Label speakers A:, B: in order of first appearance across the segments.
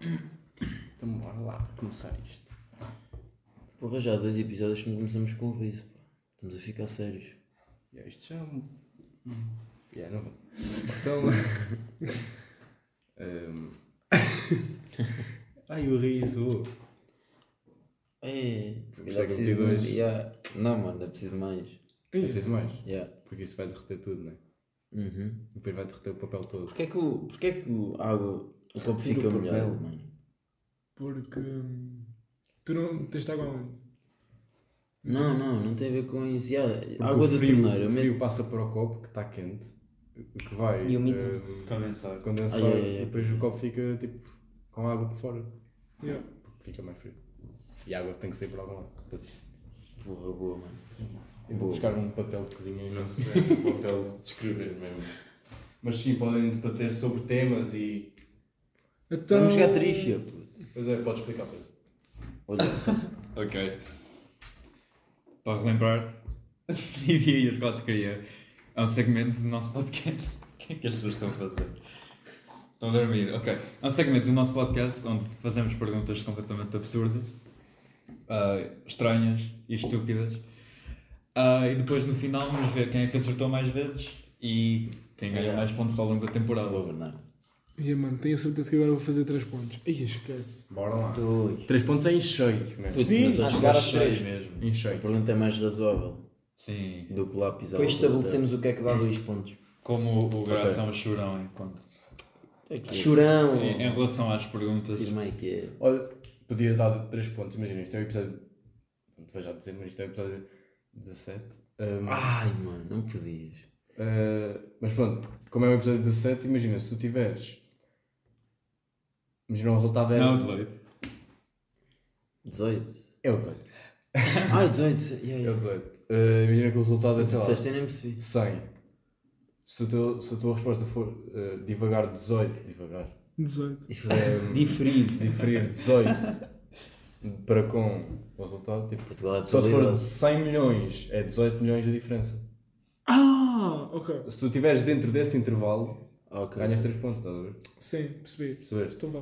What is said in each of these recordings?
A: Então bora lá começar isto.
B: Porra, já há dois episódios que não começamos com o aviso, pá. Estamos a ficar sérios.
A: Yeah, isto já é um.
B: Uhum.
A: um- Yeah, não... Então. um... Ai, o riso!
B: É, se
A: Vamos ter
B: calhar
A: que
B: preciso
A: meter
B: de...
A: dois.
B: yeah. Não, mano, é preciso mais.
A: Não preciso mais,
B: Yeah.
A: porque isso vai derreter tudo, né?
B: Uhum.
A: Depois vai derreter o papel todo.
B: Porquê que o, porquê que o água, o copo
A: Tira
B: fica
A: o
B: molhado,
A: papel.
B: mano?
C: Porque hum, tu não meteste água onde?
B: Não, não, não tem a ver com isso. Yeah,
A: Porque
B: água
A: o
B: da
A: frio,
B: torneira,
A: o
B: eu
A: frio
B: meto-
A: passa para o copo que está quente, que vai
D: E o mito
A: um,
D: condensar.
A: condensar
B: Ai, ai, ai.
A: e depois o copo fica tipo com a água por fora,
C: Yeah.
A: porque fica mais frio. E a água tem que sair por algum lado. Portanto,
B: Porra, boa, mano.
A: Eu vou
B: Boa.
A: buscar um papel de cozinha e não sei um papel de escrever mesmo.
D: Mas sim, podem debater sobre temas e.
C: Então,
B: Vamos jogar trícia, puto.
A: Mas é, pode explicar, Pedro.
B: Olha,
D: Ok. Para relembrar, Lívia e Arcote queria. É um segmento do nosso podcast. O que é que as pessoas estão a fazer? Estão a dormir, ok. É um segmento do nosso podcast onde fazemos perguntas completamente absurdas, ah, estranhas e estúpidas. Ah, e depois no final vamos ver quem é que acertou mais vezes e quem ganha mais pontos ao longo da temporada.
B: boa, Bernardo.
C: Yeah, mano, tenho a certeza que agora vou fazer 3 pontos. Ih, esquece.
A: Bora lá.
B: Dois.
A: 3 pontos é em cheio, né?
B: Puto,
C: Sim,
B: mas
E: a
B: acho que
E: chegar
B: acho-
E: às
D: Cheio
E: três.
D: mesmo.
A: Em
B: a
A: cheio.
B: pergunta é mais razoável
D: Sim.
B: do que lápis à
E: Depois
B: altura.
E: estabelecemos o que é que dá dois pontos.
D: Como o Gração Chorão enquanto.
B: Tá aqui.
E: Chorão!
D: Em
A: é
D: em relação às perguntas.
B: Diz-me aí que é.
A: Olha, podia dar 3 pontos, imagina, isto é um episódio. Não te vais já dizer, mas isto é um episódio 17. Ahm,
B: Ai, mano, não podias.
A: ah, mas pronto, como é um episódio 17, imagina, se tu tiveres. Imagina o resultado é.
D: Não, de leite.
B: 18.
A: É o 18.
B: Ah, 18. Yeah,
A: É o
B: yeah.
A: 18. Ah, imagina que o resultado é, sei lá.
B: Disseste, eu nem percebi.
A: 100. Se, o teu- se a tua resposta for eh, divagar 18, divagar,
C: 18.
A: ehm,
E: Diferido.
A: diferir 18 para com o resultado, tipo,
B: Portugal é
A: só se for
B: probabilidade.
A: 100 milhões, é 18 milhões a diferença.
C: Ah, ok.
A: Se tu estiveres dentro desse intervalo,
B: Ok.
A: ganhas 3 pontos, estás a ver?
C: Sim, percebi.
A: Percebeste?
C: Então vá.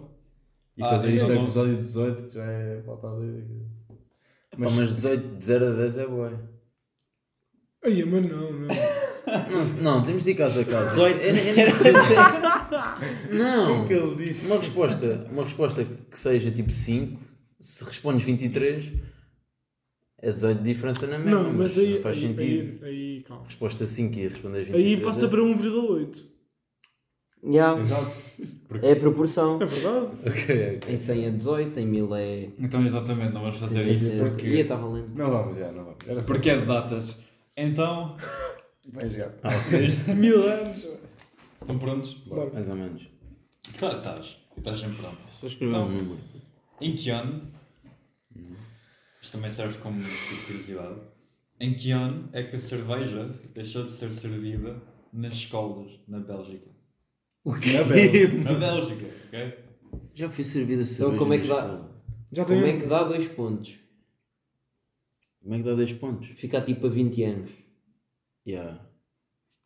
A: E
D: Ah,
A: depois é isto
D: então
A: é
D: não-
A: episódio 18, que já é faltado. Mas,
B: Mas, mas 18 de 0 a 10 é boa.
C: Ai, mas não, não.
B: Não, se- não, temos de ir casa a casa.
E: 18.
B: Eu nem- eu nem percebi.
A: o que
B: não.
A: ele disse?
B: Uma resposta, uma resposta que seja tipo 5, se respondes 23, é 18 de diferença na mesma.
C: não, mas aí.
B: não faz
C: aí,
B: sentido.
C: Aí, aí, calma.
B: Resposta 5 e respondes 23.
C: Aí passa
B: é-
C: para 1,8.
E: Yeah.
A: Exato. Porque
E: É a proporção.
C: É verdade?
B: Ok, ok.
E: Em 100 é 18, em 1000 é.
D: Então, exatamente, não vamos fazer isso
E: 60.
D: porque,
B: É,
E: Ia, está valendo.
A: Não vamos, já, não vamos. Era só.
D: porque é de datas. Então,
A: Vai jogar.
C: Mil anos.
D: estão prontos?
C: Bora.
B: Mais ou menos.
D: Claro que estás. Estás sempre pronto.
B: Só escrever
D: Então,
B: um número.
D: Em que ano? Isto também serve como tipo de curiosidade. Em que ano é que a cerveja deixou de ser servida nas escolas na Bélgica?
E: O quê?
A: Na Bélgica.
D: Na Bélgica, ok?
B: Já fui servido a cerveja
E: como é
B: na
E: que dá?
B: escola.
C: Já
E: Como
C: tenho.
E: é que dá dois pontos?
B: Como é que dá 2 pontos?
E: Fica tipo a 20 anos.
B: Yeah.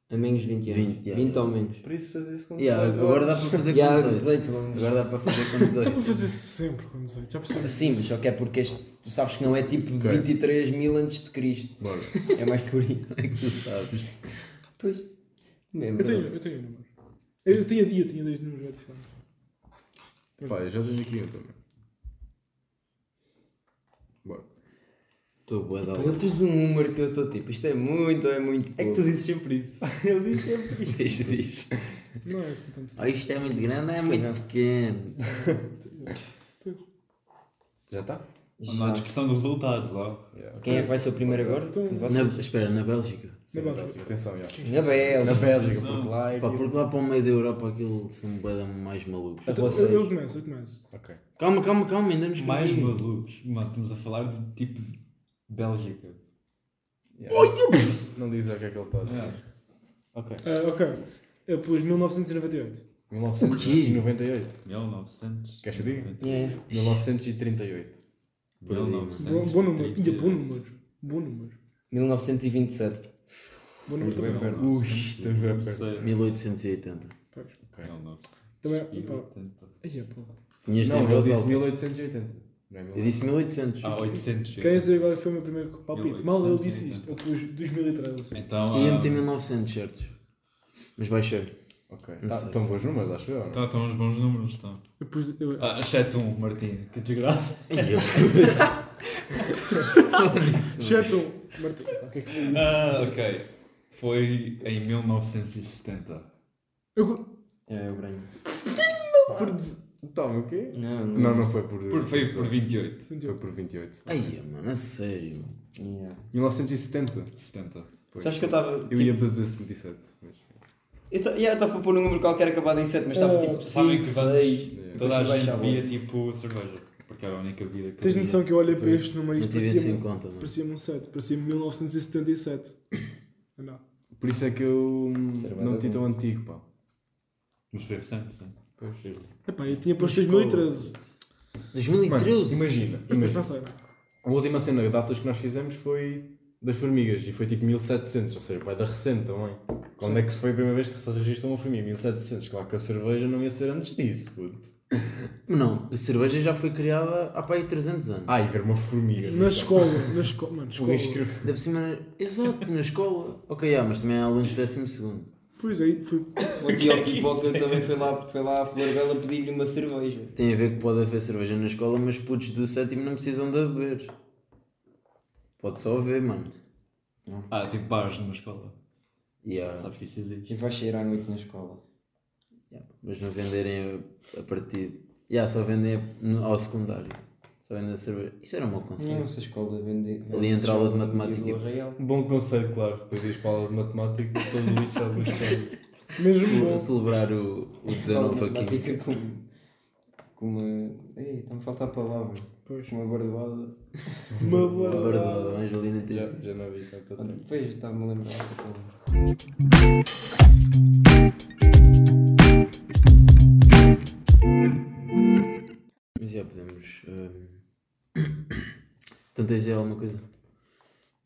E: A menos de 20 anos. é
B: 20,
E: 20,
B: yeah.
E: ou menos.
A: Por isso fazer isso com
B: Yeah,
A: 18
B: agora dá
A: horas.
B: para fazer com
E: Yeah,
B: 18.
E: 18 anos.
B: Agora dá para fazer com
C: Então vou
B: 18.
C: fazer sempre com 18. Já percebi.
E: Sim, mas só que é porque este, tu sabes que não é tipo
A: Ok.
E: 23 mil antes de Cristo.
A: Bora.
E: É mais por isso.
B: É que tu sabes.
E: Pois. Mesmo.
C: Eu tenho, eu tenho o número. Eu, eu tinha, eu tinha dois números já diferentes.
A: Pá, eu já tenho aqui um também. Bora.
B: Estou boa da
E: Eu pus um número que eu estou tipo, isto é muito, é muito. É que tu dizes sempre isso. Ele diz sempre isso.
B: Isto diz.
C: Não é assim tanto.
B: Oh, isto é muito grande, é muito pequeno.
A: Já está?
D: Uma discussão de resultados, ó.
E: Quem é que vai ser o primeiro agora?
C: Então,
E: Vocês?
B: Na, espera, na Bélgica.
A: Sim,
C: Na
A: na
C: Bélgica.
A: Bélgica. Atenção, já.
E: Na Bélgica.
A: Na Bélgica, porque lá é.
B: Pá, porque lá para o meio da Europa aquilo são boeda mais malucos.
E: Então,
C: Eu, eu começo, eu começo.
A: Ok.
B: Calma, calma, calma, ainda nos
D: Mais malucos. Mano, estamos a falar do tipo de Bélgica.
A: Yeah. Não diz o que é que ele está a dizer. Ok.
C: Ah, ok. Eu pus 1998.
A: 1998.
D: 1900.
A: Queres que eu diga?
E: Yeah.
A: 1938. Por ali,
C: Bom,
D: é
C: bom número. Ia, bom número. Bom número.
E: 1927.
C: Bom número também.
D: perto.
A: Ui, estamos bem perto.
B: 1880.
C: Pois.
A: Ok.
D: Então,
C: Também, pá. Aí, é pá.
B: Tinhas
A: Não,
B: sempre
A: ele
B: voz
A: disse
B: alta.
A: 1880. Não é
B: Eu disse 1800.
D: Ah, 800.
C: Querem saber qual foi o meu primeiro palpite?
D: 1800,
C: Mal eu disse isto.
D: então.
C: Eu pus 2013.
D: Então,
B: E eu
D: ah,
B: meti 1900, certos. Mas baixei.
A: Ok.
B: Não
A: Tá,
B: sei.
A: estão bons números, acho eu. não? é?
D: então estão uns bons números. então. Estão.
C: Eu pus. eu-
D: Ah, exceto um, Martim. Que desgraça.
B: E eu.
C: Exceto um. Martim, pá, o que é que foi isso?
D: Ah, ok. Foi em 1970.
C: Eu,
E: É, o Branho.
A: Estava Então, o quê?
E: Não,
A: Não, não foi por.
D: Por, foi por 28.
A: Foi por 28.
B: Ai, mano, a sério.
E: Yeah.
A: 1970.
D: 70.
A: Pois.
E: Sabes que eu estava.
A: Eu ia para dizer 77. Mas...
E: Eu ta- yeah, estava para pôr um número qualquer acabado em 7, mas estava
C: Ah,
E: tipo 5,
D: Sabem que
E: 6.
D: vamos,
A: É.
D: toda a
E: Depois
D: gente
E: baixava.
D: bebia tipo cerveja. Porque era a única vida que
C: tens
D: havia.
C: noção que eu olhei para este número
B: Não
C: e isto
B: tive assim isso em
C: parecia-me
B: conta, mano.
C: parecia um 7, parecia 1977. Não.
A: Por isso é que eu hum,
E: Cerveja
A: não meti
E: é
A: tão antigo, pá.
D: Mas foi recente, sim.
A: Pois.
C: Epá, eu tinha posto 2013.
A: imagina,
B: 2013?
C: Mas
A: imagina.
C: depois não sei. não.
A: A última cena de datas que nós fizemos foi das formigas e foi tipo 1700, ou seja, vai da recente também. Quando é que se foi a primeira vez que se registra uma formiga? 1700, claro que a cerveja não ia ser antes disso, puto.
B: Não, a cerveja já foi criada há para aí 300 anos.
A: Ah, e ver uma formiga.
C: Na escola, na escola. Mano,
A: O
C: escola.
A: risco.
B: Da por cima, exato, na escola. Ok, ah, mas também há alunos de 12.
C: Pois aí, fui.
E: O tio Pipoca também foi lá, foi lá à Florvela pedir-lhe uma cerveja.
B: Tem a ver que pode haver cerveja na escola, mas putos do sétimo não precisam de beber. Pode só haver, mano.
D: Ah, tipo bares na escola.
B: Yeah.
D: Sabes que isso existe.
E: E vai cheirar à noite na escola.
B: Yeah. Mas não venderem a, a partir. Yeah, só vendem a- no- ao secundário. Só vendem a cerveja. Isso era um bom
E: Não,
B: conselho.
E: essa escola vende. vende
B: Ali entra a aula de
E: cerveja do
B: matemática.
E: Dia do Arraial.
A: Um Bom conselho, claro. Depois ias para a aula de matemática, todo isso já gostei.
C: Mesmo
B: Ce-
C: bom.
B: Celebrar o, o 19
E: Aula de
B: aqui.
E: matemática com, com uma. Ei, está-me a faltar a palavra.
C: Pois.
E: Com uma bordoada.
C: Uma boa.
B: Verdade, o Angelina tens.
A: Já, já não vi isso há tanto
E: Ah,
A: tempo.
E: Depois estava-me a lembrar essa palavra.
B: Mas já podemos. hum, Então tens aí alguma coisa?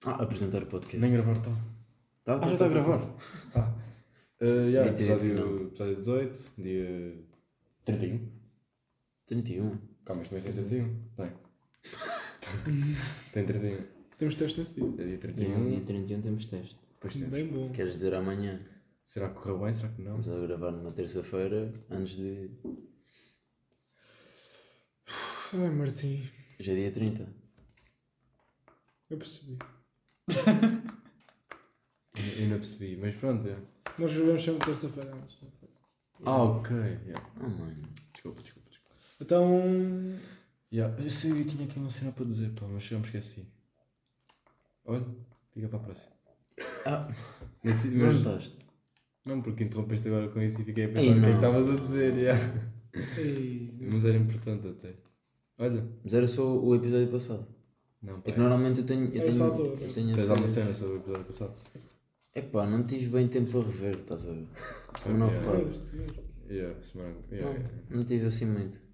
B: Ah, apresentar o podcast.
A: Nem gravar tal.
B: Tá,
A: Ah, já
B: tá, tá,
A: está a
B: tá,
A: gravar?
B: tá.
A: Ah. Uh, yeah,
B: Mentira,
A: episódio,
B: não. um.
A: episódio 18, dia 31.
B: 31.
A: Calma, é este mês tem 31. Tem. um? tem 31.
C: Temos teste nesse dia. é
A: É dia 31.
B: Não, um dia 31 temos teste.
A: Depois temos.
C: Bem bom.
B: Queres dizer amanhã?
A: Será que correu bem? Será que não?
B: Vamos a gravar numa terça-feira antes de.
C: Ai, Martim.
B: Já é dia 30.
C: Eu percebi.
A: Eu não percebi, mas pronto. É.
C: Nós vivemos sempre terça-feira. mas-
A: Ah, ok. Yeah.
B: Ah, mano.
A: Desculpa, desculpa, desculpa.
C: Então.
A: Yeah. Eu sei, eu tinha aqui uma cena para dizer, pá, mas eu me esqueci. Olha, fica para a próxima.
B: Ah.
A: Mas,
B: Não
A: mas,
B: estás?
A: não, porque interrompeste agora com isso e fiquei a pensar
B: Ei,
A: o que é que
B: não.
A: estavas a dizer. Yeah.
C: Ei,
A: Mas era importante até. Olha,
B: Mas era só o episódio passado.
A: não, pá.
B: É que normalmente eu tenho. Eu
C: É só a
B: tenho,
C: tua.
B: eu tenho
A: Tens
B: essa-
A: alguma cena sobre o episódio passado?
B: Epá, não tive bem tempo para rever, estás a ver? Semana
A: Yeah.
B: ocupada.
A: Yeah, semana. Yeah, yeah.
B: Não tive assim muito.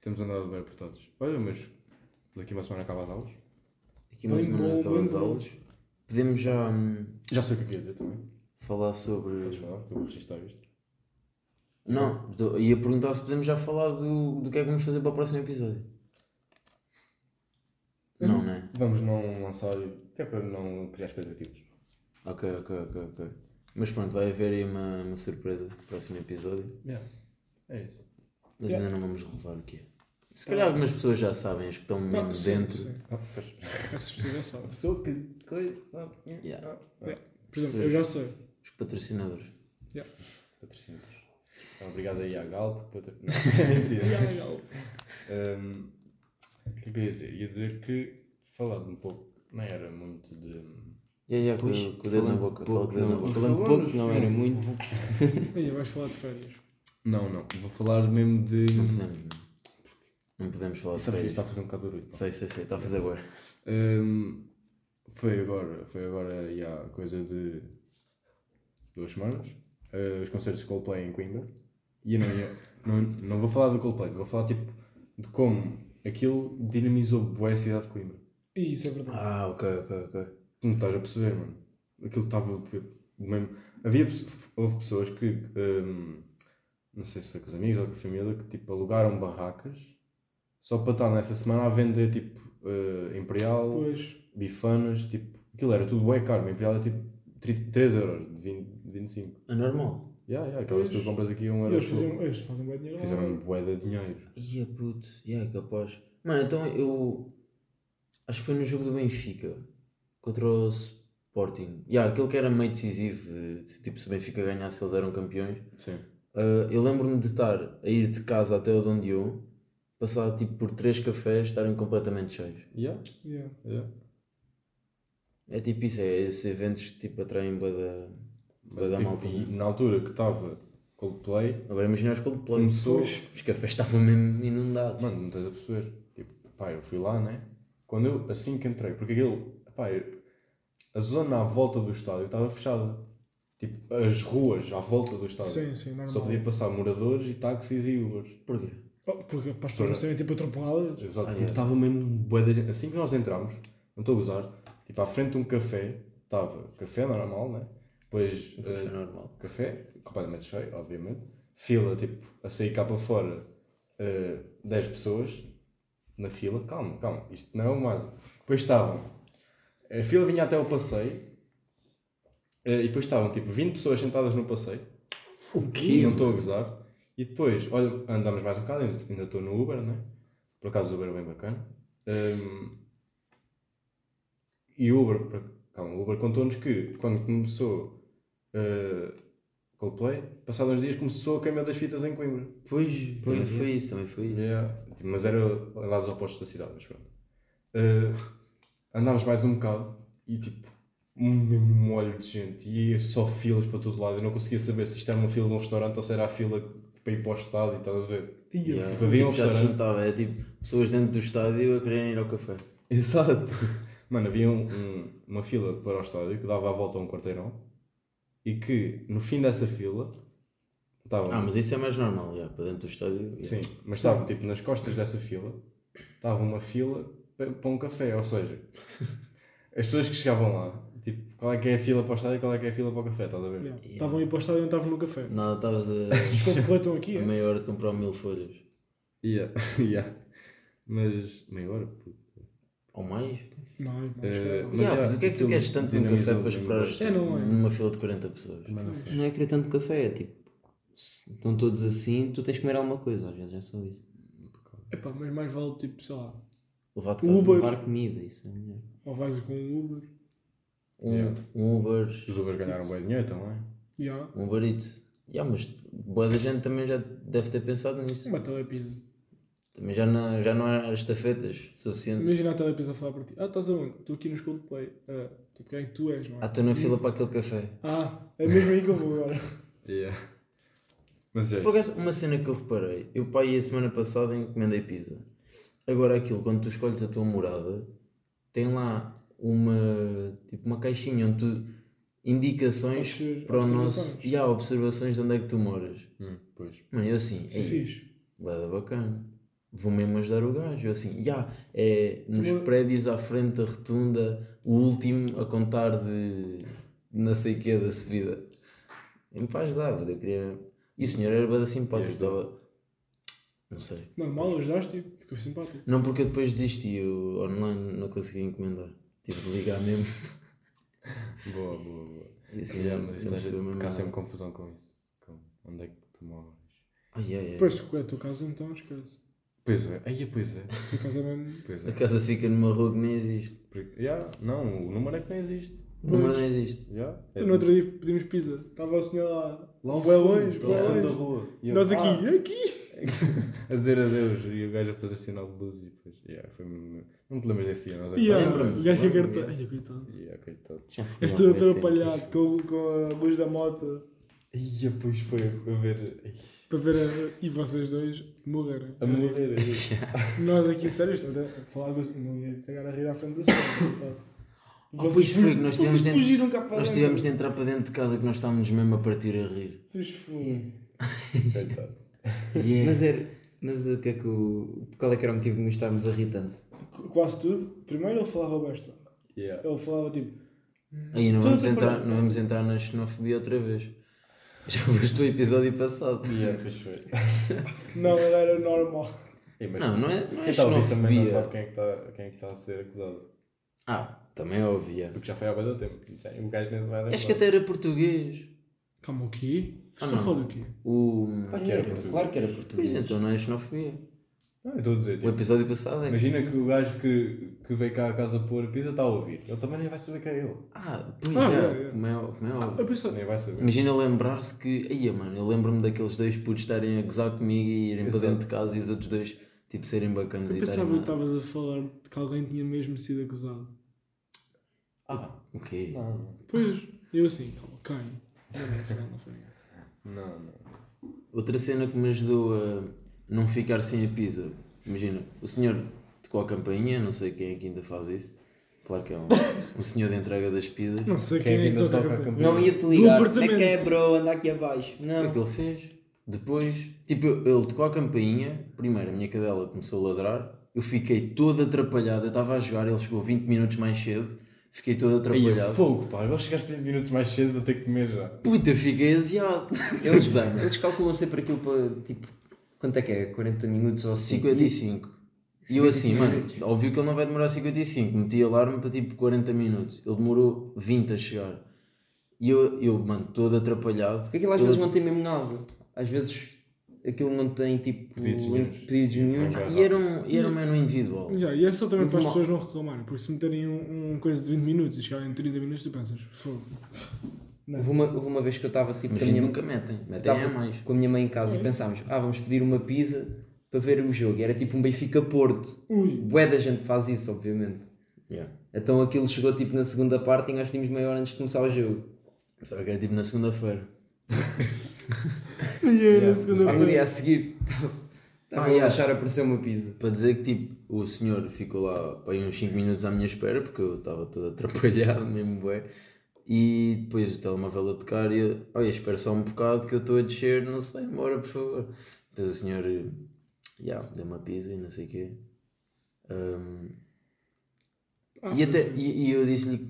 A: Temos andado bem apertados. Olha, mas daqui uma semana acaba as aulas.
B: Aqui uma
C: Bem bom,
B: semana acabam
C: bem
B: as
C: bom.
B: aulas. Podemos já hum,
A: Já sei o que eu queria dizer também.
B: falar sobre.
A: Podes falar, que eu vou registrar isto.
B: Não, do- ia perguntar se podemos já falar do, do que é que vamos fazer para o próximo episódio. Não, não é?
A: Vamos não lançar, que é para não criar expectativas.
B: Ok, ok, ok, ok. Mas pronto, vai haver aí uma, uma surpresa no próximo episódio.
A: Yeah. É isso.
B: Mas ainda não vamos revelar o que é.
E: Tá
B: Se calhar algumas pessoas já sabem, as que estão mesmo
C: sim,
B: dentro.
C: sim. é
A: Ah, pois.
C: Essas pessoas já sabem.
A: Pessoa que coisa.
B: Yeah.
C: Por exemplo, eu já sei.
B: Os patrocinadores.
A: Patrocínios. Então, obrigado aí à Galp. Para... Não, mentira. Hum, O que é que eu ia dizer? Ia dizer que falar um pouco. Não era muito de.
B: Yeah, yeah, com,
E: Pois,
B: com o dedo na
E: falando
B: boca.
E: pouco,
B: Fala com o dedo na
E: não,
B: boca.
E: Falando
A: Falamos,
E: pouco, não é. era
A: sim.
E: muito.
C: Ei, vais falar de férias.
A: Não, não. Vou falar mesmo de.
B: Não podemos, não. Não podemos falar
A: Sabes que
B: sobre
A: isto está
B: isto.
A: a fazer um bocado de barulho. pá.
B: Sei, sei, sei, está a fazer agora.
A: Hum, foi agora, foi agora e há coisa de duas semanas. eh, os concertos de Coldplay em Coimbra. E eu não, ia, não, não vou falar do Coldplay, vou falar tipo de como aquilo dinamizou bué a cidade de Coimbra.
C: Ih, Isso é verdade.
B: Ah, ok, ok, ok.
A: Tu não estás a perceber, mano. tipo, Aquilo estava mesmo. Havia, pesso- houve pessoas que hum, não sei se foi com os amigos ou com a família, que tipo alugaram barracas só para estar nessa semana a vender tipo eh, Imperial,
C: Pois.
A: bifanas, tipo, aquilo era tudo bem caro, uma Imperial era tipo 3 euros, de 20, 25.
B: É normal.
A: Yeah, yeah, aquelas que tu
C: Pois.
A: compras aqui a 1 euro.
C: Eles faziam, eles fazem bem dinheiro. lá.
A: Fizeram um bué de dinheiro.
B: Ia puto, ia capaz. Mano, então eu. Acho que foi no jogo do Benfica contra o Sporting. Ya, aquele que era meio decisivo, eh, se, tipo se o Benfica ganhasse eles eram campeões.
A: Sim.
B: Ah, eu lembro-me de estar a ir de casa até o Dom Diogo, passar tipo por três cafés, estarem completamente cheios.
A: Yeah,
C: Yeah.
A: yeah.
B: É tipo isso, é esses eventos que tipo atraem bué da, bué da
A: Tipo,
B: malta.
A: e
B: né?
A: na altura que estava Coldplay,
B: Agora imagina os Coldplay.
A: começou.
B: Os cafés estavam mesmo inundados.
A: Mano, não estás a perceber. Tipo, pá, eu fui lá, né? Quando eu, assim que entrei, porque aquilo, pá, eu- a zona à volta do estádio estava fechada. Tipo, as ruas à volta do estádio.
C: Sim, sim, normal.
A: Só podia passar moradores e táxis e Ubers.
B: Porquê?
C: Oh, porque para as pessoas não serem tipo atropeladas.
A: Exato,
B: Ah,
A: tipo,
B: é.
A: estava mesmo bué da gente. Assim que nós entramos, não estou a gozar, tipo, à frente de um café, estava café normal, né? Depois
B: Um café
A: eh,
B: normal.
A: café, completamente cheio, obviamente. Fila, tipo, a sair cá para fora, eh, 10 pessoas na fila. Calma, calma, isto não é o mais. Depois estavam, a fila vinha até o passeio, eh, e depois estavam, tipo, 20 pessoas sentadas no passeio.
B: O
A: Não estou a gozar. E depois, olha, andamos mais um bocado, ainda- ainda estou no Uber, né? Por acaso o Uber é bem bacana. Ahm, e o Uber, por ac- calma, o Uber contou-nos que quando começou ah, Coldplay, passados uns dias começou a queima das fitas em Coimbra.
B: Pois, também
A: Pois. é.
B: foi isso, também foi isso.
A: Yeah. Tipo, Mas era lados opostos da cidade, mas pronto. Ah, andámos mais um bocado e tipo, um mesmo molho de gente e só filas para todo lado. Eu não conseguia saber se isto era uma fila de um restaurante ou se era a fila para ir para o estádio, estás a ver?
B: Yeah.
A: Tipo, havia um
B: Tipo, já se
A: restaurante.
B: juntava, é tipo pessoas dentro do estádio a quererem ir ao café.
A: Exato. Mano, havia um- um- uma fila para o estádio que dava a volta a um quarteirão e que no fim dessa fila estavam.
B: Ah, mas isso é mais normal, já, para dentro do estádio. já.
A: Oh. Sim, mas estavam tipo nas costas dessa fila, estava uma fila pa- para um café, ou seja, as pessoas que chegavam lá, tipo, qual é que é a fila para o estádio e qual é que é a fila para o café, estás a ver?
C: Yeah. Estavam aí para o estádio e não estavam no café.
B: Nada, estavas
C: Eles
B: a,
C: completam aqui.
B: a
C: é.
B: meia hora de comprar mil folhas.
A: Yeah. yeah. Mas meia hora, puto.
B: Ou mais?
C: Mais, mais.
A: Eh,
C: claro.
A: Mas
B: Já,
A: já,
B: porque o que é que tu
A: aquilo
B: queres tanto num
A: dinamizou
B: café para
A: bem
B: esperares
C: bem. É, não é?
B: numa fila de 40 pessoas?
A: Mas não sei.
E: Não é querer tanto café, é tipo. Se estão todos assim, tu tens de comer alguma coisa, às vezes é só isso.
C: Epá, mas mais vale tipo, sei lá,
B: Levar de casa.
C: Uber.
E: Levar comida, isso é melhor.
C: ou vais com um Uber.
B: Um,
A: Yeah.
B: um Uber,
A: Os Ubers ganharam bem dinheiro também.
C: Yeah.
B: um Uberito. Já, mas boa da gente também já deve ter pensado nisso.
C: Uma telepisa.
B: Também já não, já não há estafetas suficientes.
C: Imagina a telepisa a falar para ti. Ah, estás aonde? Estou aqui no school de play. Ah, tipo, quem é que tu és, não
B: Ah,
C: é?
B: estou na fila para aquele café.
C: Ah, é mesmo aí que eu vou agora.
A: Yeah. Mas é
B: Por
A: isso.
B: acaso, uma cena que eu reparei, eu pá, ia semana passada e encomendei pizza. Agora aquilo, quando tu escolhes a tua morada, tem lá uma, tipo, uma caixinha onde tu indicações
C: Obser-
B: para o nosso.
C: observações.
B: E há observações de onde é que tu moras.
A: Hum, pois.
B: Mano, eu assim,
C: Isso é fixe.
B: bada bacana. Vou mesmo ajudar o gajo. Eu assim, já, é nos
C: Uma-
B: prédios à frente da rotunda, o último a contar de não sei o que da subida. Em paz dava, eu queria. E o senhor era bada simpático, estava. Não sei.
C: Normal, ajudaste, tipo, ficou simpático.
B: Não porque eu depois desisti, eu online não consegui encomendar. Tive de ligar mesmo.
A: Boa, boa, boa.
B: E assim,
A: Yeah,
B: não
A: mas isso
B: não
A: deve
B: percebi mesmo
A: ficar
B: nada.
A: sempre confusão com isso. Com onde é que tu moras?
B: Ai, ai, ai.
C: Pois, é a tua casa então, esquece.
A: Pois é, aí pois é.
C: A tua casa é mesmo.
A: Pois
B: A
A: é.
B: casa fica numa rua que nem existe.
A: Porque- Yeah, não, o número é que não existe.
B: O número não existe.
A: Yeah.
C: Então, no outro dia pedimos pizza. Estava o senhor lá.
A: Lá
C: ao
A: ao
C: fundo,
A: fundo,
C: longe,
A: pela
C: bué
A: fundo da
C: longe.
A: rua. E eu,
C: Nós
A: "Ah",
C: aqui, aqui!
A: a dizer adeus e o gajo a fazer sinal de luz e depois. Yeah, foi mesmo- não te lembras desse dia, nós é
C: E ah,
B: lembro-me,
C: o gajo que
B: lembro-me.
C: agarrou. Ai, coitado.
A: Yeah, coitado.
B: Já fui
C: És
B: lá
C: todo
B: há bué tempo.
C: atrapalhado com, com a luz da moto
A: E depois foi a ver.
C: para ver a, e vocês dois morreram.
A: A morrer.
C: Nós aqui, sério, estou a falar com não ia cagar a rir à frente do senhor. coitado.
B: Ah, pois foi que nós tivemos
C: vocês
B: dentro-
C: fugiram cá para
B: Nós
C: dentro.
B: tivemos de entrar para dentro de casa que nós estávamos mesmo a partir a rir.
C: Pois foi.
A: coitado.
B: Yeah.
E: Mas era. é. Mas o que é que o. Qual é que era o motivo de nos estarmos a rir tanto?
C: Qu- Quase tudo. Primeiro ele falava bastante.
A: Yeah.
C: Ele falava tipo.
B: Aí não
C: Tudo
B: vamos,
C: tem
B: entrar,
C: problema.
B: não vamos entrar na xenofobia outra vez. Já foste o episódio passado.
A: Yeah, pois foi.
C: Não, ele era normal.
A: Ei, mas
B: Não, não é, não
A: quem
B: é
A: está a ouvir também não
B: xenofobia.
A: sabe quem é que está quem é que está a ser acusado.
B: Ah, também ouvia.
A: Porque já foi há bastante tempo. Já, o gajo nem se vai lembrar.
B: Acho que até era português.
C: Calma, o quê?
B: Ah,
C: Estou a
B: não.
C: falar do quê?
B: O.
E: Claro
A: que era
E: que era
A: português.
E: português. Claro que era
B: Pois
E: português.
B: então não é xenofobia.
A: Não, eu estou a dizer,
B: O
A: tipo,
B: episódio passado é.
A: imagina que o gajo que, que veio cá a casa pôr a pizza está a ouvir. Ele também nem vai saber que é ele.
B: Ah, pois
C: Ah,
B: é,
C: é, é.
B: Como é, como é óbvio.
C: Eu pensava.
A: Nem vai saber.
B: Imagina lembrar-se que. Aí, mano, eu lembro-me daqueles dois putos estarem a gozar comigo e irem para
A: Exato.
B: dentro de casa e os outros dois, tipo, serem bacanas
C: Eu
B: e é? estarem.
C: pensava que
B: lá.
C: estavas a falar de que alguém tinha mesmo sido acusado.
A: Ah,
B: O quê?
A: não,
C: Pois, eu assim, calma, quem? Não, não foi, não foi ninguém.
A: não, não.
B: Outra cena que me ajudou a não ficar sem a pizza. Imagina, o senhor tocou a campainha, não sei quem é que ainda faz isso. Claro que é um, um senhor de entrega das pizzas.
C: Não sei
A: Quem
C: quem,
A: é que
C: é que
A: ainda
C: toca
A: toca a
C: a campanha.
E: Não ia-te
C: Do
E: ligar.
C: apartamento.
E: Como é que é, bro? Anda aqui abaixo.
B: Foi o
E: Não.
B: que ele fez. Depois, tipo, eu- ele tocou a campainha. Primeiro, a minha cadela começou a ladrar. Eu fiquei todo atrapalhado. Eu estava a jogar, ele chegou 20 minutos mais cedo. Fiquei todo
A: Aí é
B: atrapalhado.
A: fogo, pá. Agora chegaste 20 minutos mais cedo, vou ter que comer já.
B: Puta, fiquei aziado. Eu desamo.
E: Eles calculam sempre aquilo para tipo. Quanto é que é? 40 minutos ou
B: 55. E eu assim,
E: 55
B: mano,
E: minutos.
B: óbvio que ele não vai demorar 55. Meti alarme para tipo 40 minutos. Ele demorou 20 a chegar. E eu, eu mano, todo atrapalhado.
E: Porque aquilo às
B: todo
E: vezes não tem mesmo nada. Às vezes aquilo não tem tipo.
A: Pedidos nenhuns.
E: Pedidos nenhuns.
A: Foi
B: E era um, e era um menu individual.
C: Já, e é só também
E: Eu
C: para as
E: vou-
C: pessoas não reclamarem, porque se meterem um, um coisa de 20 minutos e chegarem em 30 minutos, tu pensas, fogo.
E: Houve uma, houve uma Tá vez que eu estava tipo
B: Mas
E: com a,
B: gente,
E: minha,
B: nunca metem. Metem
E: tava
B: é mais.
E: com a minha mãe em casa e pensámos, ah, vamos pedir uma pizza para ver o jogo. E era tipo um Benfica Porto.
C: Ui,
E: Bué da gente faz isso, obviamente.
B: Yeah.
E: Então aquilo chegou tipo na segunda parte e nós tínhamos meia hora antes de começar o jogo.
B: Pensava que era tipo na segunda-feira.
C: e era a segunda
E: Aí no
C: vez.
E: dia a seguir estava
B: Ah,
E: estava a
B: yeah.
E: deixar aparecer uma pizza.
B: Para dizer que tipo, o senhor ficou lá para aí uns 5 minutos à minha espera, porque eu estava todo atrapalhado, mesmo bué. E depois o telemóvel a tocar e eu, olha, espera só um bocado que eu estou a descer, não sei, embora, por favor. Depois o senhor, eh, yeah, deu uma pizza e não sei o quê. Ahm,
C: Ah,
B: e, até, e, e eu disse-lhe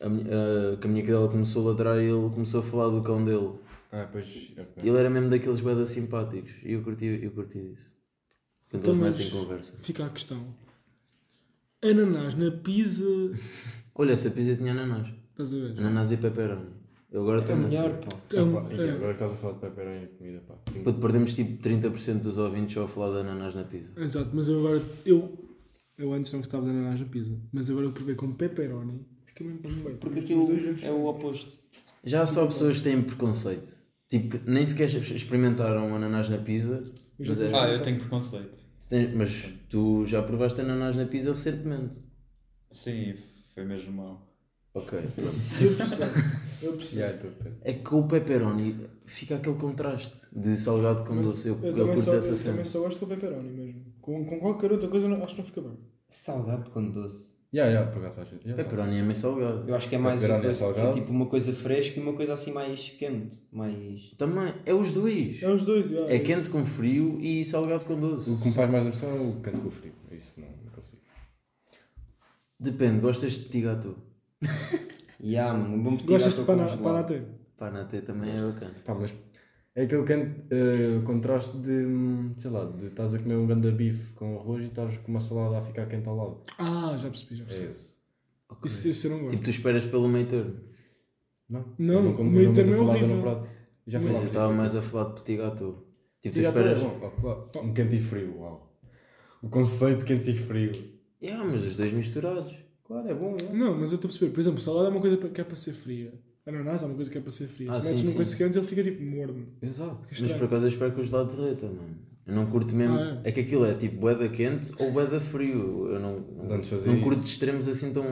B: a minha- ah, que a minha cadela começou a ladrar e ele começou a falar do cão dele.
A: Ah, pois.
B: E ele era mesmo daqueles bada simpáticos. E eu curti, eu curti disso. Quando
C: Então,
B: eles
C: mas-
B: metem conversa.
C: Fica a questão. Ananás na pizza.
B: Olha, essa pizza tinha ananás.
C: Estás a ver?
B: Ananás e pepperoni. Eu
C: É
B: agora estou nessa.
E: pá.
A: um
C: Então,
A: Agora
C: é,
A: que estás a falar de pepperoni e de comida, pá. Tenho-
B: Puto, perdemos tipo 30% dos ouvintes só a falar de ananás na pizza.
C: exato, mas eu agora. Eu, eu antes não gostava de ananás na pizza, mas agora eu provei com pepperoni. Fica mesmo bem.
E: Porque
C: Os
E: aquilo
C: dois juntos.
E: é o oposto.
B: Já há só pessoas que têm preconceito. Tipo, que nem sequer experimentaram ananás na pizza. Mas, é-
D: Ah, eu tenho preconceito.
B: tu tens- mas tu já provaste ananás na pizza recentemente.
D: Sim, foi mesmo mal.
B: Ok.
C: Eu percebo. Eu percebo.
A: Yeah, estou a ter.
B: É que com o pepperoni fica aquele contraste de salgado com
C: Mas
B: doce. Eu, eu,
C: também,
B: curto
C: só,
B: essa
C: eu
B: cena.
C: também só gosto com pepperoni mesmo. Com, com qualquer outra coisa não- acho que não fica bem.
E: Saudade com doce.
A: Yeah, yeah, por acaso faz sentido. Yeah,
B: Pepperoni é meio salgado.
E: Eu acho que é mais
A: Pepperoni
E: uma coisa,
A: é
E: assim,
A: salgado?
E: tipo uma coisa fresca e uma coisa assim mais quente. Mais.
B: Também, é os dois.
C: É os dois, já,
B: É
C: isso.
B: quente com frio e salgado com doce.
A: O que me faz mais impressão é o canto com o frio. Isso não, não consigo.
B: Depende, gostas de petit gâteau?
E: E há, mano, um bom petit
C: Gostas de
E: gâteau
C: pana-
E: congelado.
C: panatê?
B: Pá, na T também é bacana.
A: Pá, mas é aquele canto, eh, contraste de, hum, sei lá, de estás a comer um ganda bife com arroz e estás com uma salada a ficar quente ao lado.
C: Ah, já percebi, já
A: É
C: percebi.
A: esse.
C: Isso, isso eu não gosto.
B: Tipo, tu esperas pelo meio turno.
A: Não?
C: Não,
A: Eu
C: o
A: como-
C: meio
A: eu meto
C: termo é
A: salada
C: horrível.
A: no prato. Já
B: Mas eu
A: falámos
B: estava
A: disso.
B: mais a falar de petit gâteau. Tipo, tu
A: Petit gâteau é
B: esperas...
A: bom, ó, claro. Um quente e frio, uau. O conceito de quente e frio.
B: Yeah, mas os dois misturados.
A: Claro, é bom, é.
C: Não, mas eu estou a perceber. Por exemplo, salada é uma coisa que é para ser fria. Ananás é uma coisa que é para ser fria.
B: Ah,
C: Se
B: sim,
C: metes num
B: sim.
C: coisa quente, ele fica tipo morno.
A: Exato.
B: Mas por
C: Estranho.
B: acaso eu espero que o gelado derreta, mano. Eu não curto mesmo...
C: Ah,
B: é. que aquilo é tipo boeda quente ou boeda frio. Eu não, não,
A: Vamos fazer
B: não curto
A: isso.
B: de extremos assim tão,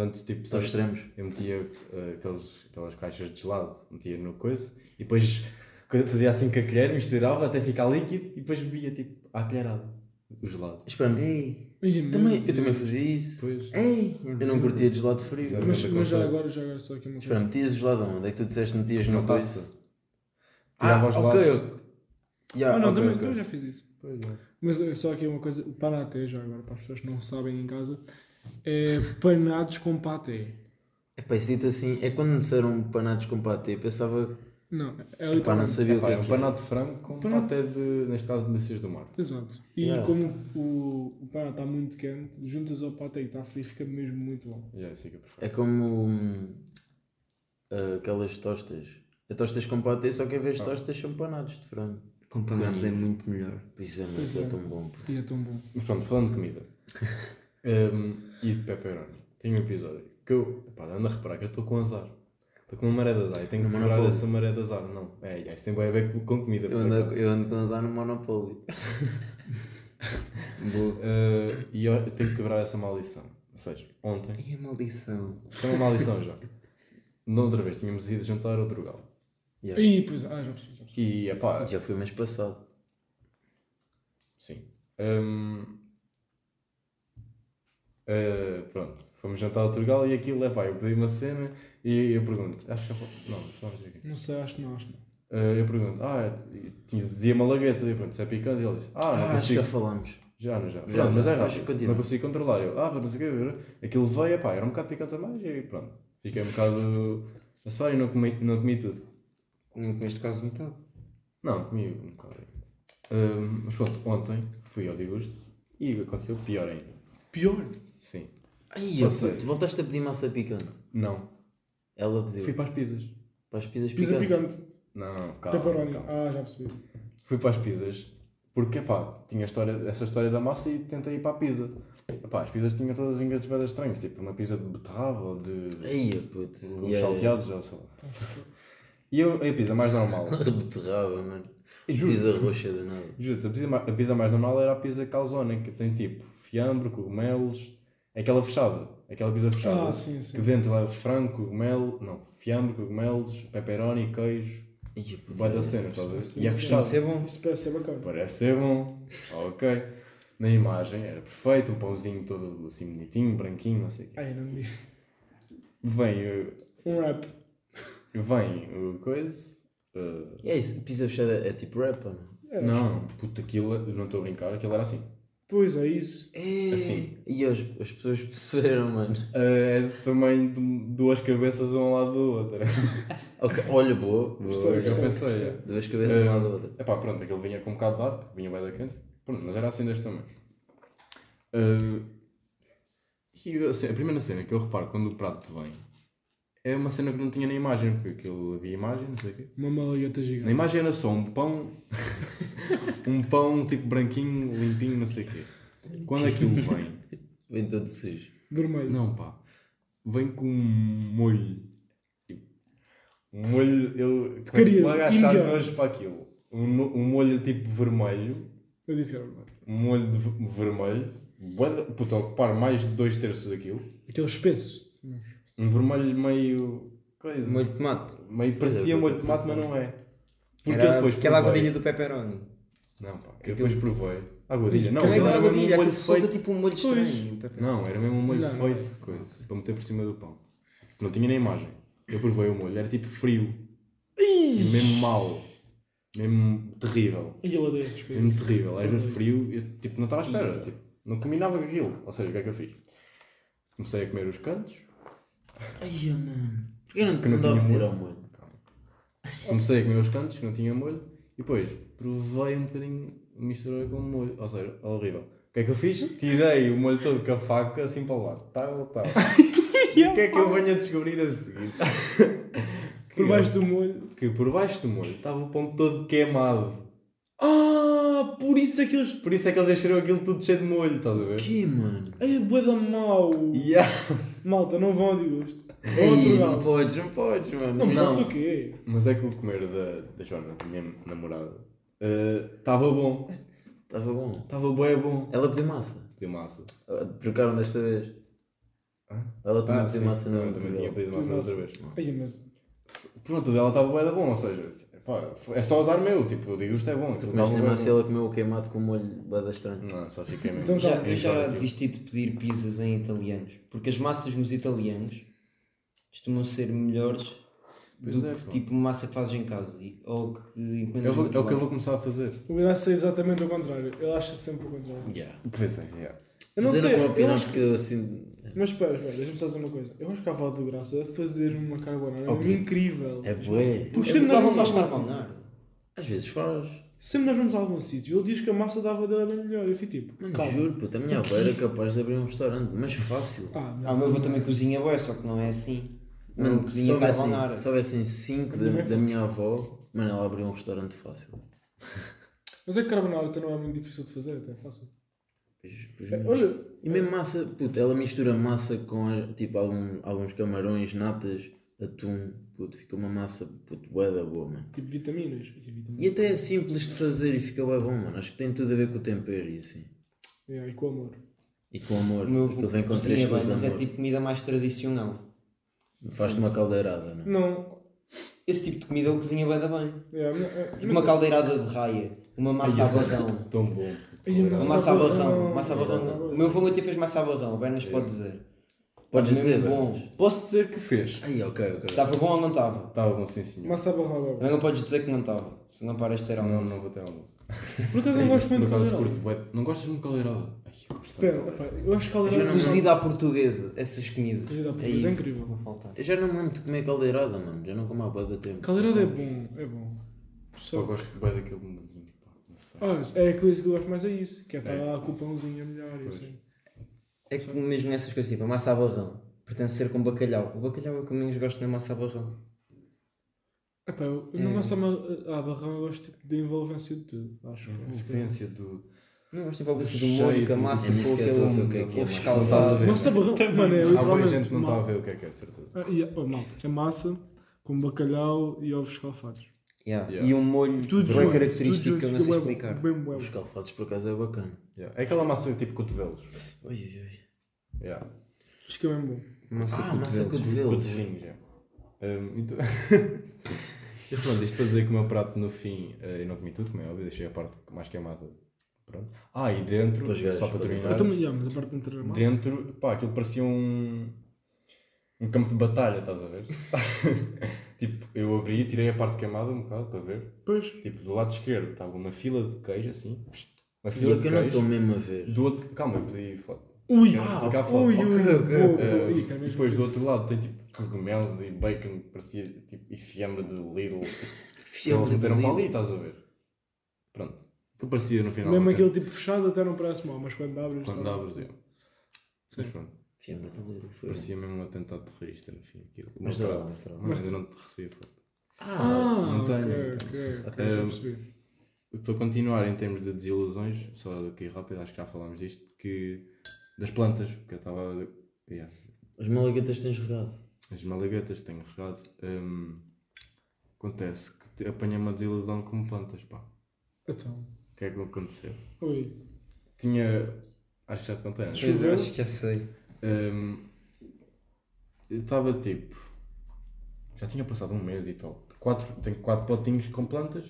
A: Antes, tipo,
B: tão
A: sabes,
B: extremos.
A: eu metia eh, aqueles, aquelas caixas de gelado, metia no coisa e depois quando fazia assim com a colher, misturava até ficar líquido e depois bebia tipo à colherada o gelado.
B: Espera-me.
E: Ei,
C: Imagina,
B: Também, eu
C: mas-
B: também fazia isso.
A: Depois.
E: ei.
B: Eu não curtia de gelado frio.
A: Exato.
C: Mas,
A: Também
C: mas já
A: conceito.
C: agora, já agora, só aqui uma
B: Espera,
C: coisa.
B: metias o gelado onde? É que tu disseste que metias
A: Não
B: no
A: passa.
B: coice?
A: Tirava
B: ah,
A: o gelado.
B: ok, eu... Yeah,
C: Ah, não,
B: ok,
C: também,
B: ok.
C: também já fiz isso. Mas eh, só aqui uma coisa. O panatê, já agora, para as pessoas que não sabem em casa, é panados com paté.
B: Epá, isso dito assim, é quando me disseram panados com patê, eu pensava
C: Não, é
B: Epá, não
C: literalmente.
B: sabia
A: Epá,
B: o que
A: é
B: é
A: um
B: que era.
A: panato de frango com
C: Panato.
A: até de, neste caso, delícias do mar.
C: Exato. E
B: Yeah.
C: como o, o panato está muito quente, juntas ao pato e está frio, fica mesmo muito bom.
A: Yeah, isso é que é perfeito.
B: É como hum, ah, aquelas tostas. É tostas com patê, só que em vez de tostas são panados de frango.
E: Com panados é muito melhor.
B: Pois é, mas
C: Pois
B: é
C: é.
B: tão bom. pá.
C: E é tão bom.
A: Mas pronto, falando de comida hum, e de pepperoni, tem um episódio que eu, pá, anda a reparar que eu estou com azar. Estou com uma maré de azar e tenho que
B: No
A: melhorar
B: Monopólio.
A: essa maré de azar. Não, é, yeah, isso tem bem a ver com, com comida.
B: Eu
A: por
B: ando,
A: acaso.
B: eu ando com azar no Monopoly. Boa.
A: Uh, e eu eu tenho que quebrar essa maldição. Ou seja, ontem,
E: Ai, a maldição.
A: isso é uma maldição já. Na outra vez tínhamos ido jantar ao Drugal.
B: Yeah.
C: E pois, ah, já percebi, já percebi.
A: E é pá,
B: Ah, Já foi mês passado.
A: Sim. Hum, eh, pronto, fomos jantar ao Turgal e aquilo é pá, eu pedi uma cena e eu pergunto, acho que já foi- não, não sei o quê.
C: Não sei, acho que não, acho que não.
A: Eh, eu pergunto, ah, e tinha- dizia malagueta, e eu pergunto, se é picante, e ele diz, ah, não
B: Ah, acho que
A: consigo.
B: já falámos.
A: Já, não, já.
B: Já,
A: Pronto, mas
B: já,
A: é
B: mas
A: rápido.
B: continua.
A: Não consigo controlar. Eu, ah, mas não sei o que. Aquilo veio, pá, era um bocado picante a mais e pronto. Fiquei um bocado. A só e não comi, não comi tudo.
E: Não comeste quase metade.
A: Não, comi um bocado ainda. Hum, mas pronto, ontem fui ao Digusto e aconteceu pior ainda.
C: Pior!
A: Sim.
B: Ai, eu,
A: Ou seja-
B: puto, voltaste a pedir massa picante.
A: Não.
B: Ela pediu.
A: Fui para as pizzas.
B: Para as pizzas
C: Pizza
B: picantes.
C: é picante,
A: Não,
B: Tá,
A: calma.
C: pepperoni.
B: então.
A: calma.
C: Ah, já percebi.
A: Fui para as pizzas porque, pá, tinha a história, essa história da massa e tentei ir para a pizza. Epá, as pizzas tinham todas ingredientes bem estranhos, tipo uma pizza de beterraba ou de
B: Ai, eu, puto. é
A: legumes
B: Yeah,
A: salteados ou sei lá. E eu, é a pizza mais normal,
B: yeah. Beterraba, mano.
A: Juro.
B: Pizza roxa do nada.
A: juro a pizza, ma- a pizza mais normal era a pizza calzone, que tem tipo fiambre, cogumelos, é aquela fechada, aquela pizza fechada.
C: Ah, sim, sim.
A: Que dentro leva frango, cogumelo, não, fiambre, cogumelos, pepperoni, queijo,
B: Ai, puto,
A: vai da
B: é.
A: cena, estás a ver?
C: sim,
A: E é
C: sim.
A: fechado.
E: Isso é bom.
C: Isso parece ser bacana.
A: Parece ser bom. Ok. Na imagem era perfeito, um pãozinho todo assim bonitinho, branquinho, não sei o quê.
C: Ai, não me diz.
A: Vem, eh,
C: Um rap.
A: vem o coisa. eh,
B: E é isso, pizza fechada é tipo rap, ou não?
C: É,
A: não, puta, aquilo, eu não estou a brincar, aquilo era assim.
C: Pois é isso.
B: É.
A: Assim.
B: E as, as pessoas perceberam, mano.
A: Eh, É também de duas cabeças um ao lado do outro.
B: Ok, olha, boa.
C: Gostei,
B: boa
A: Eu
C: gostei.
A: pensei,
C: gostei.
A: é.
B: Duas cabeças uma
A: Ahm,
B: da outra.
A: Epá, pronto, aquele vinha com um bocado de ar, porque vinha bem da quente. Pronto, mas era assim deste também. e a, cena- a primeira cena que eu reparo quando o prato te vem é uma cena que não tinha na imagem, porque aquilo havia imagem, não sei o quê.
C: Uma malagueta
A: Na
C: gigante.
A: imagem era só um pão, um pão tipo branquinho, limpinho, não sei o quê. Quando aquilo vem,
B: Vem todo sujo.
C: Vermelho.
A: não pá, vem com um molho. Tipo, Um molho, eu
C: Porcaria,
A: começo logo a achar
C: indiano.
A: nojo para aquilo. Um, no- um molho tipo vermelho,
C: Eu disse que era vermelho.
A: um molho de v- vermelho, bué de- puta, ocupar mais de dois terços daquilo.
C: Aquele espesso.
A: Um vermelho meio. coisa.
E: Molho de tomate.
A: meio parecia molho de tomate, mas não é. Porque eu
E: Era
A: depois
E: aquela
A: provei-
E: agodilha do pepperoni. é
A: Não, pá, eu depois provei. Aguadilha, não,
E: Não,
A: aquilo
E: aquela
A: era mesmo um
E: agodilha,
A: molho
E: aquilo solta
A: feito.
E: tipo um molho estranho. pepperoni.
A: Não, era mesmo um molho
C: Não, não
A: feito, coisa, para meter por cima do pão. Não tinha nem imagem. Eu provei o molho, era tipo frio. E mesmo mau. Mesmo terrível.
C: E eu odeio essas coisas.
A: Mesmo terrível. Era frio, eu tipo, não estava à espera. Tipo, não combinava com aquilo. Ou seja, o que é que eu fiz? Comecei a comer os cantos.
B: Ai, mano. Porquê não,
A: Que
B: não
A: não
B: dá
A: tinha
B: para tirar o
A: molho.
B: molho?
A: Calma. Comecei a comer os cantos, que não tinha molho, e depois provei um bocadinho, misturei com molho, ou seja, horrível. O que é que eu fiz? Tirei o molho todo com a faca, assim para o lado, tal, tal. e o que é que eu venho a descobrir a seguir?
C: Por baixo do molho.
A: Que por baixo do molho estava o pão todo queimado.
C: Ah, por isso é que eles.
A: Por isso é que eles deixaram aquilo tudo cheio de molho, estás a ver?
B: Que, mano?
C: Ai, a boeda mau.
A: Yeah.
C: Malta, não vão de gosto.
B: Ei,
C: Outro
B: não
C: galo.
B: podes, não podes, mano.
C: Não,
A: Não.
C: mas o quê?
A: Mas é que o comer da, da Joana, minha namorada, eh, estava bom.
B: Estava bom.
A: Estava bem bom.
B: Ela pediu massa.
A: De massa.
B: Ah, Trocaram desta vez.
A: Hã?
B: Ela também
A: Ah,
B: pediu
A: sim,
B: massa na
A: também,
B: outra.
A: também tinha
B: vez.
A: pedido massa na outra vez.
C: Ai, mas.
A: Pronto, o dela estava bué da bom, ou seja, pá, é só usar meu, tipo, eu digo isto é bom. aquilo
B: Mas
A: estava
B: na
A: bué
B: massa
A: bom.
B: ela comeu o queimado com molho bada estranho.
A: Não, só fiquei mesmo.
C: Então
E: Já,
A: Eu
E: eu já
A: choro,
E: desisti de pedir pizzas em italianos. Porque as massas nos italianos costumam ser melhores
A: Pois
E: do
A: é,
E: que
A: pá.
E: tipo massa que fazes em casa. e- Ou que encomendas
A: Eu vou- é o
E: no
A: que eu
E: outro
A: vou começar a fazer.
C: O Graça é exatamente o contrário. Ele acha sempre o contrário.
A: Pois é, yeah.
C: Eu não
B: mas
C: sei,
B: eu não vou
C: eu
B: opinar
C: acho
B: porque assim.
C: Mas espera, espera, deixa-me só dizer uma coisa. Eu acho que a avó do Graça a fazer uma carbonara é
B: Ok.
C: mesmo incrível.
B: É bué.
C: Porque sempre nós, vamos a algum sítio,
B: Às vezes faz.
C: sempre nós vamos a algum sítio ele diz que a massa da avó dele é bem melhor. Eu fui tipo,
B: Mano,
C: calma.
B: juro, puta, a minha avó era capaz de abrir um restaurante, mas fácil.
C: Ah,
E: Ah, o meu avô também cozinha bué, só que não é assim. Não
B: Mano, assim, se
E: cozinha
A: assim.
B: houvessem,
E: carbonara.
B: se houvessem cinco da, da minha avó, mano, ela abriu um restaurante fácil.
C: Mas é que carbonara até não é muito difícil de fazer, até é fácil.
B: Pois- pois
C: É,
B: não.
C: Olha,
B: E mesmo massa, puta, ela mistura massa com as- tipo algum- alguns camarões, natas, atum, puto, fica uma massa, puto, bué da boa, mano.
C: tipo vitaminas. E vitaminas.
B: E até é simples de fazer e fica bué bom, mano. Acho que tem tudo a ver com o tempero e assim.
C: É, e com amor.
B: E com amor,
E: O meu
B: aquilo
E: avô
B: vem com
E: cozinha
B: três
E: bué,
B: coisas
E: mas
B: de
E: é
B: amor.
E: tipo comida mais tradicional.
B: Faz-te uma caldeirada, não é?
C: Não,
E: Esse tipo de comida ele cozinha bué da bem.
C: é, a minha- é,
E: Tipo uma caldeirada de raia, uma massa a barrão.
A: Tão bom.
C: Ai,
E: Uma
C: Massa
E: massa a
C: a barrão.
E: barrão, massa a
B: Massa a
E: barrão. O meu avô até fez massa a barrão, o Bernas pode dizer.
B: Podes
E: é Mesmo
B: dizer,
E: bom.
A: Posso dizer que fez?
B: Aí, ok, ok.
E: Estava Tá, bom ou não estava?
A: Estava bom, sim, senhor.
C: massa barrada.
E: Também não podes dizer que não estava, se não paras de ter
A: Senão
E: almoço.
A: não vou ter almoço.
E: É.
C: Por acaso não gosto muito de
A: Por acaso curto
C: caldeirada.
A: bué- Não gostas de uma caldeirada? Ai, eu gosto.
C: Espera, opa, eu acho que é
B: Eu
C: caldeirada
B: não-
E: Cozida à portuguesa, essas comidas.
C: Cozida à
E: É
C: portuguesa, é
E: isso.
C: incrível.
E: Não falta.
B: Eu já não me lembro de comer caldeirada, mano. Já não como há bué da tempo.
C: Caldeirada é bom, é bom.
A: Eu
C: Só...
A: gosto bem daquele momento. pá, não sei.
C: Ah, é a coisa que eu gosto mais é isso, que é estar lá com o pãozinho a melhor e assim.
E: É que mesmo essas coisas, tipo a massa a barrão, pertence ser com bacalhau. O bacalhau é o que eu menos gosto na massa a barrão.
C: Epá, eu não
E: É.
C: gosto ma- à barrão, eu gosto tipo, da envolvência de tudo, acho. é
A: A influência do.
E: Não gosto tipo, de envolver
A: O
E: tudo molho,
A: cheiro,
E: que a massa
B: eu nem
E: com
B: sequer estou a ver o que é
E: aquele
B: que é
E: couve
B: massa. Estás a
E: escaldada.
A: ver?
C: Massa barrão, mano, é
A: Há boa
C: literalmente
A: gente que não
C: mal.
A: está a ver o que é que é, de certeza.
C: Ah, e, oh, mal, é massa com bacalhau e ovos escalfados.
E: Yeah.
A: Yeah.
E: E um molho
C: Tudo
E: bem
C: junto,
E: característico
C: tudo
E: que eu
C: junto,
E: não sei
C: fica bué-
E: explicar.
C: Bem bué.
B: Os calfados por acaso é bacana.
A: Yeah. É aquela massa tipo cotovelos.
B: Ui, ui, ui.
A: Yeah.
C: Acho que é bem bom.
E: Massa
B: Ah,
E: com
B: massa
E: cotovelos.
B: cotovelos.
A: Cotovelinhos, é. Um, então... Mas pronto, isto para dizer que o meu prato no fim, eh, eu não comi tudo, como é óbvio, deixei a parte mais queimada. Pronto. Ah, e dentro,
B: Pois, gajo,
A: só para
B: pois é.
A: terminar,
C: Eu também, yeah, mas a parte de entrar é mal.
A: dentro, pá, aquilo parecia um, um campo de batalha, estás a ver? tipo, eu abri, tirei a parte queimada um bocado para ver.
C: Depois,
A: Tipo, do lado esquerdo estava uma fila de queijo, assim. Uma
B: E
A: fila
B: é que
A: de
B: eu não
A: queijo.
B: estou mesmo a ver.
A: Do outro... Calma, eu pedi foto.
C: ui,
A: Quero
C: ah,
A: ficar foda.
C: ui, ui,
A: Ok,
B: ok,
C: boa,
A: Eh,
C: boa, ui, que é
A: e
C: mesmo
A: depois do
C: fixe.
A: outro lado tem tipo cogumelos e bacon, que parecia tipo e fiambre de Lidl.
B: Fiel
A: Eles
B: de
A: meteram para ali,
B: Berlim.
A: estás a ver? Pronto. Que parecia no final.
C: Mesmo
A: até-
C: aquele tipo fechado até não parece mal, mas quando abres.
A: Quando
C: tá-
A: davas, eu. tipo. Mas
C: Sim.
A: pronto,
B: Fiel de Berlim, foi.
A: parecia mesmo um atentado terrorista no fim. Aquilo.
B: Mas dá lá, mas dá lá.
A: Mas ainda não te recebi a foto.
B: Ah,
C: Ah,
A: Não
C: ok,
A: tenho, não
C: ok, ok,
A: Eh,
C: já percebi.
A: Para continuar em termos de desilusões, só aqui rápido, acho que já falámos disto, que das plantas, porque eu estava. Yeah.
B: as malaguetas tens regado.
A: As malaguetas tenho regado. hum, acontece que te- apanhei uma desilusão com plantas, pá.
C: Então,
A: O que é que aconteceu?
C: ui.
A: Tinha. Acho que já te contei antes.
E: Pois eu
C: Choveu.
E: acho que já sei.
A: Hum, eu estava tipo. Já tinha passado um mês e tal. Quatro, tenho quatro potinhos com plantas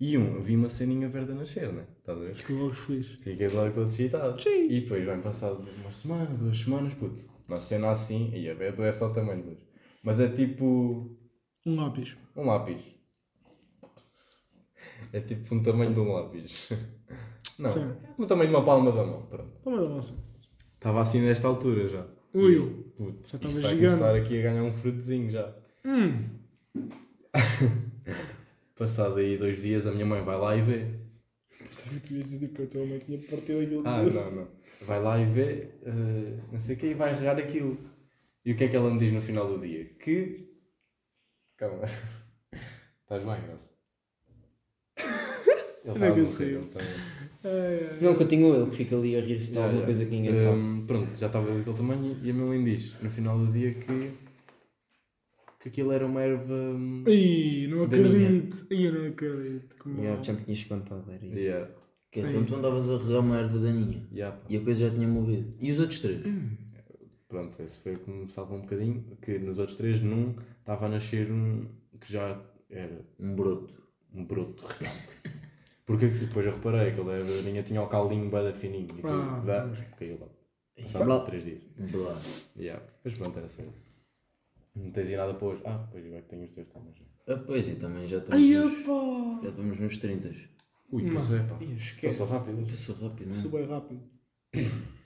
A: e um. Vi uma ceninha verde a nascer, né? Estás a ver?
C: Fico logo feliz.
A: Fiquei logo todo excitado. E depois vai passado uma semana, duas semanas, puto. Uma cena assim, e a Beto é só tamanhos hoje. Mas é tipo
C: Um lápis.
A: um lápis. É tipo um tamanho de um lápis. Não,
C: Sim.
A: é o tamanho de uma palma da mão, pronto.
C: Toma da massa.
A: Estava assim nesta altura já.
C: Ui.
A: E eu, Puto, isto
C: Já estava
A: vai
C: gigante.
A: começar aqui a ganhar um frutozinho já.
C: Hum.
A: Passado aí dois dias, a minha mãe vai lá e vê.
C: Pensava que tu ias dizer que a tua mãe tinha partido aquilo
A: Ah,
C: tudo.
A: não, não. Vai lá e vê, eh, não sei o quê, e vai regar aquilo. E o que é que ela me diz no final do dia? Que. Calma. Estás bem, Grosso? Ele
C: Como é que eu
A: a
C: sei?
A: morrer, ele tá-
C: Ai, ai.
E: Não, continua ele que fica ali a rir-se de
A: Yeah,
E: é alguma
A: yeah.
E: coisa que
B: É.
E: ninguém sabe.
A: Hum, Pronto, já estava daquele tamanho e a minha mãe diz no final do dia que. que aquilo era uma erva. hum,
C: Ai, não
A: Da minha.
C: acredito. Ai, eu não acredito. Que mal.
E: Yeah, já me tinhas contado, era isso.
A: Yeah,
B: Que é, então tu andavas a regar uma erva daninha.
A: yeah, pá.
B: E a coisa já tinha morrido. E os outros três?
C: Hum.
A: Pronto, esse foi o que me salvou um bocadinho. Que nos outros três, num estava a nascer um que já era
B: Um broto.
A: um broto real. Porque depois eu reparei que ele era- a minha tinha o calinho bada fininho e aquilo
C: Ah,
A: dá,
C: pois.
A: caiu logo. Passaram 3 dias.
B: Blá.
A: Yeah. Mas pronto, era só isso. Não tens aí nada para hoje. Ah, pois eu é que tenho os teus também já.
B: Ah, pois, e também já estamos,
C: Ai,
B: nos,
C: opa.
B: já estamos nos 30.
A: Ui, passou, é pá.
C: Ai, esquece.
A: Passou né? rápido.
B: Passou rápido, não é?
C: Passou bem rápido.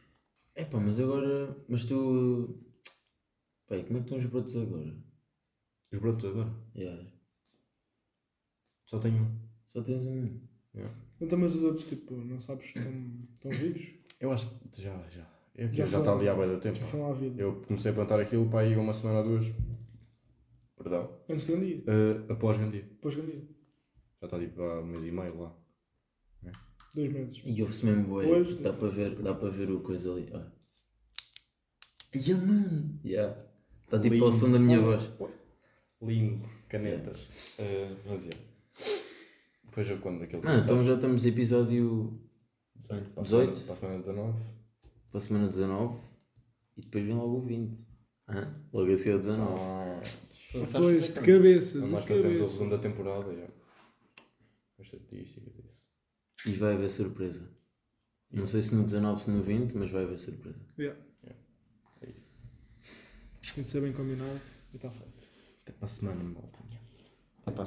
B: É pá, mas agora. Mas tu. Pai, como é que estão os brotos agora?
A: Os brotos agora.
B: Yeah.
A: Só tenho um.
B: Só tens um.
C: Então, mas os outros, tipo, não sabes, estão, estão vivos?
A: Eu acho que já, já. Eu, já
C: Já foi.
A: está ali há bem do tempo.
C: Já foram à vida.
A: Eu comecei a plantar aquilo para aí uma semana ou duas. Perdão.
C: Antes de um dia,
A: Eh, após Gandia.
C: depois de um dia.
A: Já está tipo há um mês e meio lá.
C: Dois meses.
B: E ouve-se mesmo boi.
C: Pois,
B: dá
C: não.
B: para ver, dá para ver o coisa ali. Ah. Yeah, mano. Yeah. Está tipo ao
A: Lindo.
B: som da minha voz.
A: Lindo. Canetas. Eh, mas é. Depois eu quando aquele
B: Mano, então já estamos no episódio
A: Para a semana-
B: 18?
A: Para a semana 19.
B: para a semana 19 e depois vem logo o 20. Hã? Logo assim é o 19.
A: Ah,
C: Depois,
D: é
C: de cabeça,
A: nós
C: de
A: fazemos a
C: cabeça.
A: resumo da temporada. já. Com estatísticas e isso.
B: E vai haver surpresa. Não sei se no 19, se no 20, mas vai haver surpresa.
C: Yeah.
A: É isso.
C: Tem de ser bem combinado e está feito.
A: Até para a semana, malta.
E: Até para a